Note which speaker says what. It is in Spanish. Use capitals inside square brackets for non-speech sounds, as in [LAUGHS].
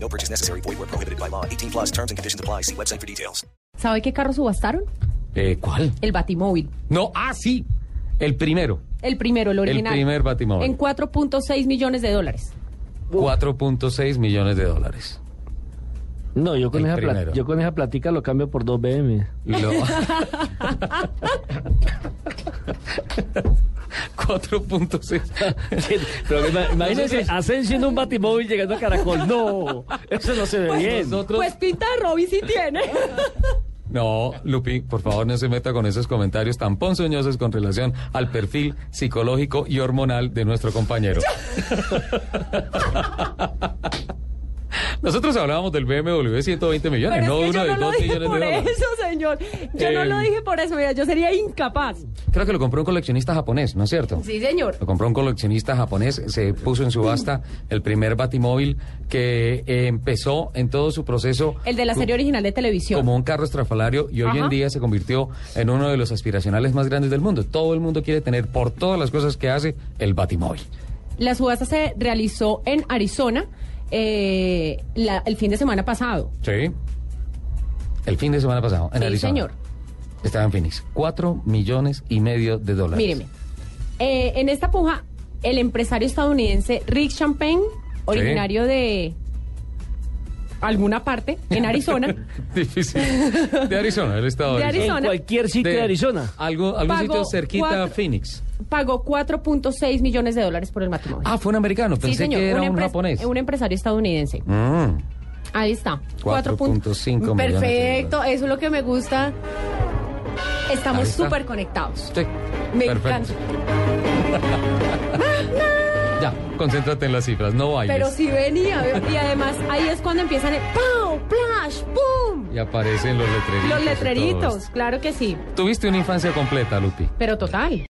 Speaker 1: No purchase necessary. Void where prohibited by law. 18 plus terms and conditions apply. See website for details.
Speaker 2: ¿Sabe qué carro subastaron?
Speaker 3: Eh, ¿Cuál?
Speaker 2: El Batimóvil.
Speaker 3: No, ah, sí. El primero.
Speaker 2: El primero, el original.
Speaker 3: primer Batimóvil.
Speaker 2: En 4.6 millones de dólares.
Speaker 3: 4.6 millones de dólares.
Speaker 4: No, yo con,
Speaker 3: El
Speaker 4: esa pla-
Speaker 3: primero.
Speaker 4: yo con esa platica lo cambio por dos [LAUGHS] BM.
Speaker 2: [LAUGHS]
Speaker 3: Lo- 4.6.
Speaker 4: Pero ima- imagínense, Asensio en un batimóvil llegando a Caracol. No, eso no se ve bien.
Speaker 3: Nosotros.
Speaker 2: Pues pinta de Robby sí
Speaker 3: [LAUGHS]
Speaker 2: tiene.
Speaker 3: No, Lupi, por favor no se meta con esos comentarios tan ponzoñosos con relación al perfil psicológico y hormonal de
Speaker 2: [LAUGHS]
Speaker 3: nuestro compañero. Nosotros hablábamos del BMW de 120 millones,
Speaker 2: Pero
Speaker 3: no
Speaker 2: es que
Speaker 3: uno
Speaker 2: yo
Speaker 3: de
Speaker 2: no lo
Speaker 3: 2
Speaker 2: dije
Speaker 3: millones de
Speaker 2: por
Speaker 3: dólares.
Speaker 2: eso, señor. Yo no
Speaker 3: Eh,
Speaker 2: lo dije por eso, mira, yo sería incapaz.
Speaker 3: Creo que lo compró un coleccionista japonés, ¿no es cierto?
Speaker 2: Sí, señor.
Speaker 3: Lo compró un coleccionista japonés, se puso en subasta el primer batimóvil que eh, empezó en todo su proceso
Speaker 2: El de la serie original de televisión.
Speaker 3: como un carro estrafalario y hoy
Speaker 2: Ajá.
Speaker 3: en día se convirtió en uno de los aspiracionales más grandes del mundo. Todo el mundo quiere tener, por todas las cosas que hace, el batimóvil.
Speaker 2: La subasta se realizó en Arizona eh, la- el fin de semana pasado.
Speaker 3: Sí. El fin de semana pasado, en
Speaker 2: sí,
Speaker 3: Arizona.
Speaker 2: señor.
Speaker 3: Estaba en Phoenix. Cuatro millones y medio de dólares.
Speaker 2: Míreme. Eh, en esta puja, el empresario estadounidense Rick Champagne, originario de alguna parte en Arizona,
Speaker 3: [LAUGHS] Difícil. De Arizona, el estado de,
Speaker 2: De
Speaker 3: Arizona.
Speaker 2: Arizona.
Speaker 4: En cualquier sitio de, Arizona.
Speaker 3: Algo, algún
Speaker 2: Pagó
Speaker 3: sitio cerquita a
Speaker 2: cuatro-
Speaker 3: Phoenix.
Speaker 2: pagó 4.6 millones de dólares por el matrimonio.
Speaker 3: Ah, fue un americano.
Speaker 2: Sí,
Speaker 3: Pensé
Speaker 2: señor,
Speaker 3: que era un,
Speaker 2: empre-
Speaker 3: japonés.
Speaker 2: un em- empresario estadounidense.
Speaker 3: Mm.
Speaker 2: Ahí está.
Speaker 3: 4.5 millones de
Speaker 2: Perfecto, eso es lo que me gusta. Estamos
Speaker 3: Ahí está.
Speaker 2: súper conectados.
Speaker 3: Sí.
Speaker 2: Me
Speaker 3: Perfecto.
Speaker 2: encanta.
Speaker 3: [LAUGHS] Ya, concéntrate en las cifras, no bailes.
Speaker 2: Pero si venía, y además ahí es cuando empiezan el ¡Pau! ¡Plash! ¡Pum!
Speaker 3: Y aparecen los letreritos.
Speaker 2: Los
Speaker 3: y todo
Speaker 2: letreritos,
Speaker 3: esto.
Speaker 2: claro que sí.
Speaker 3: Tuviste una infancia completa, Lupi.
Speaker 2: Pero total.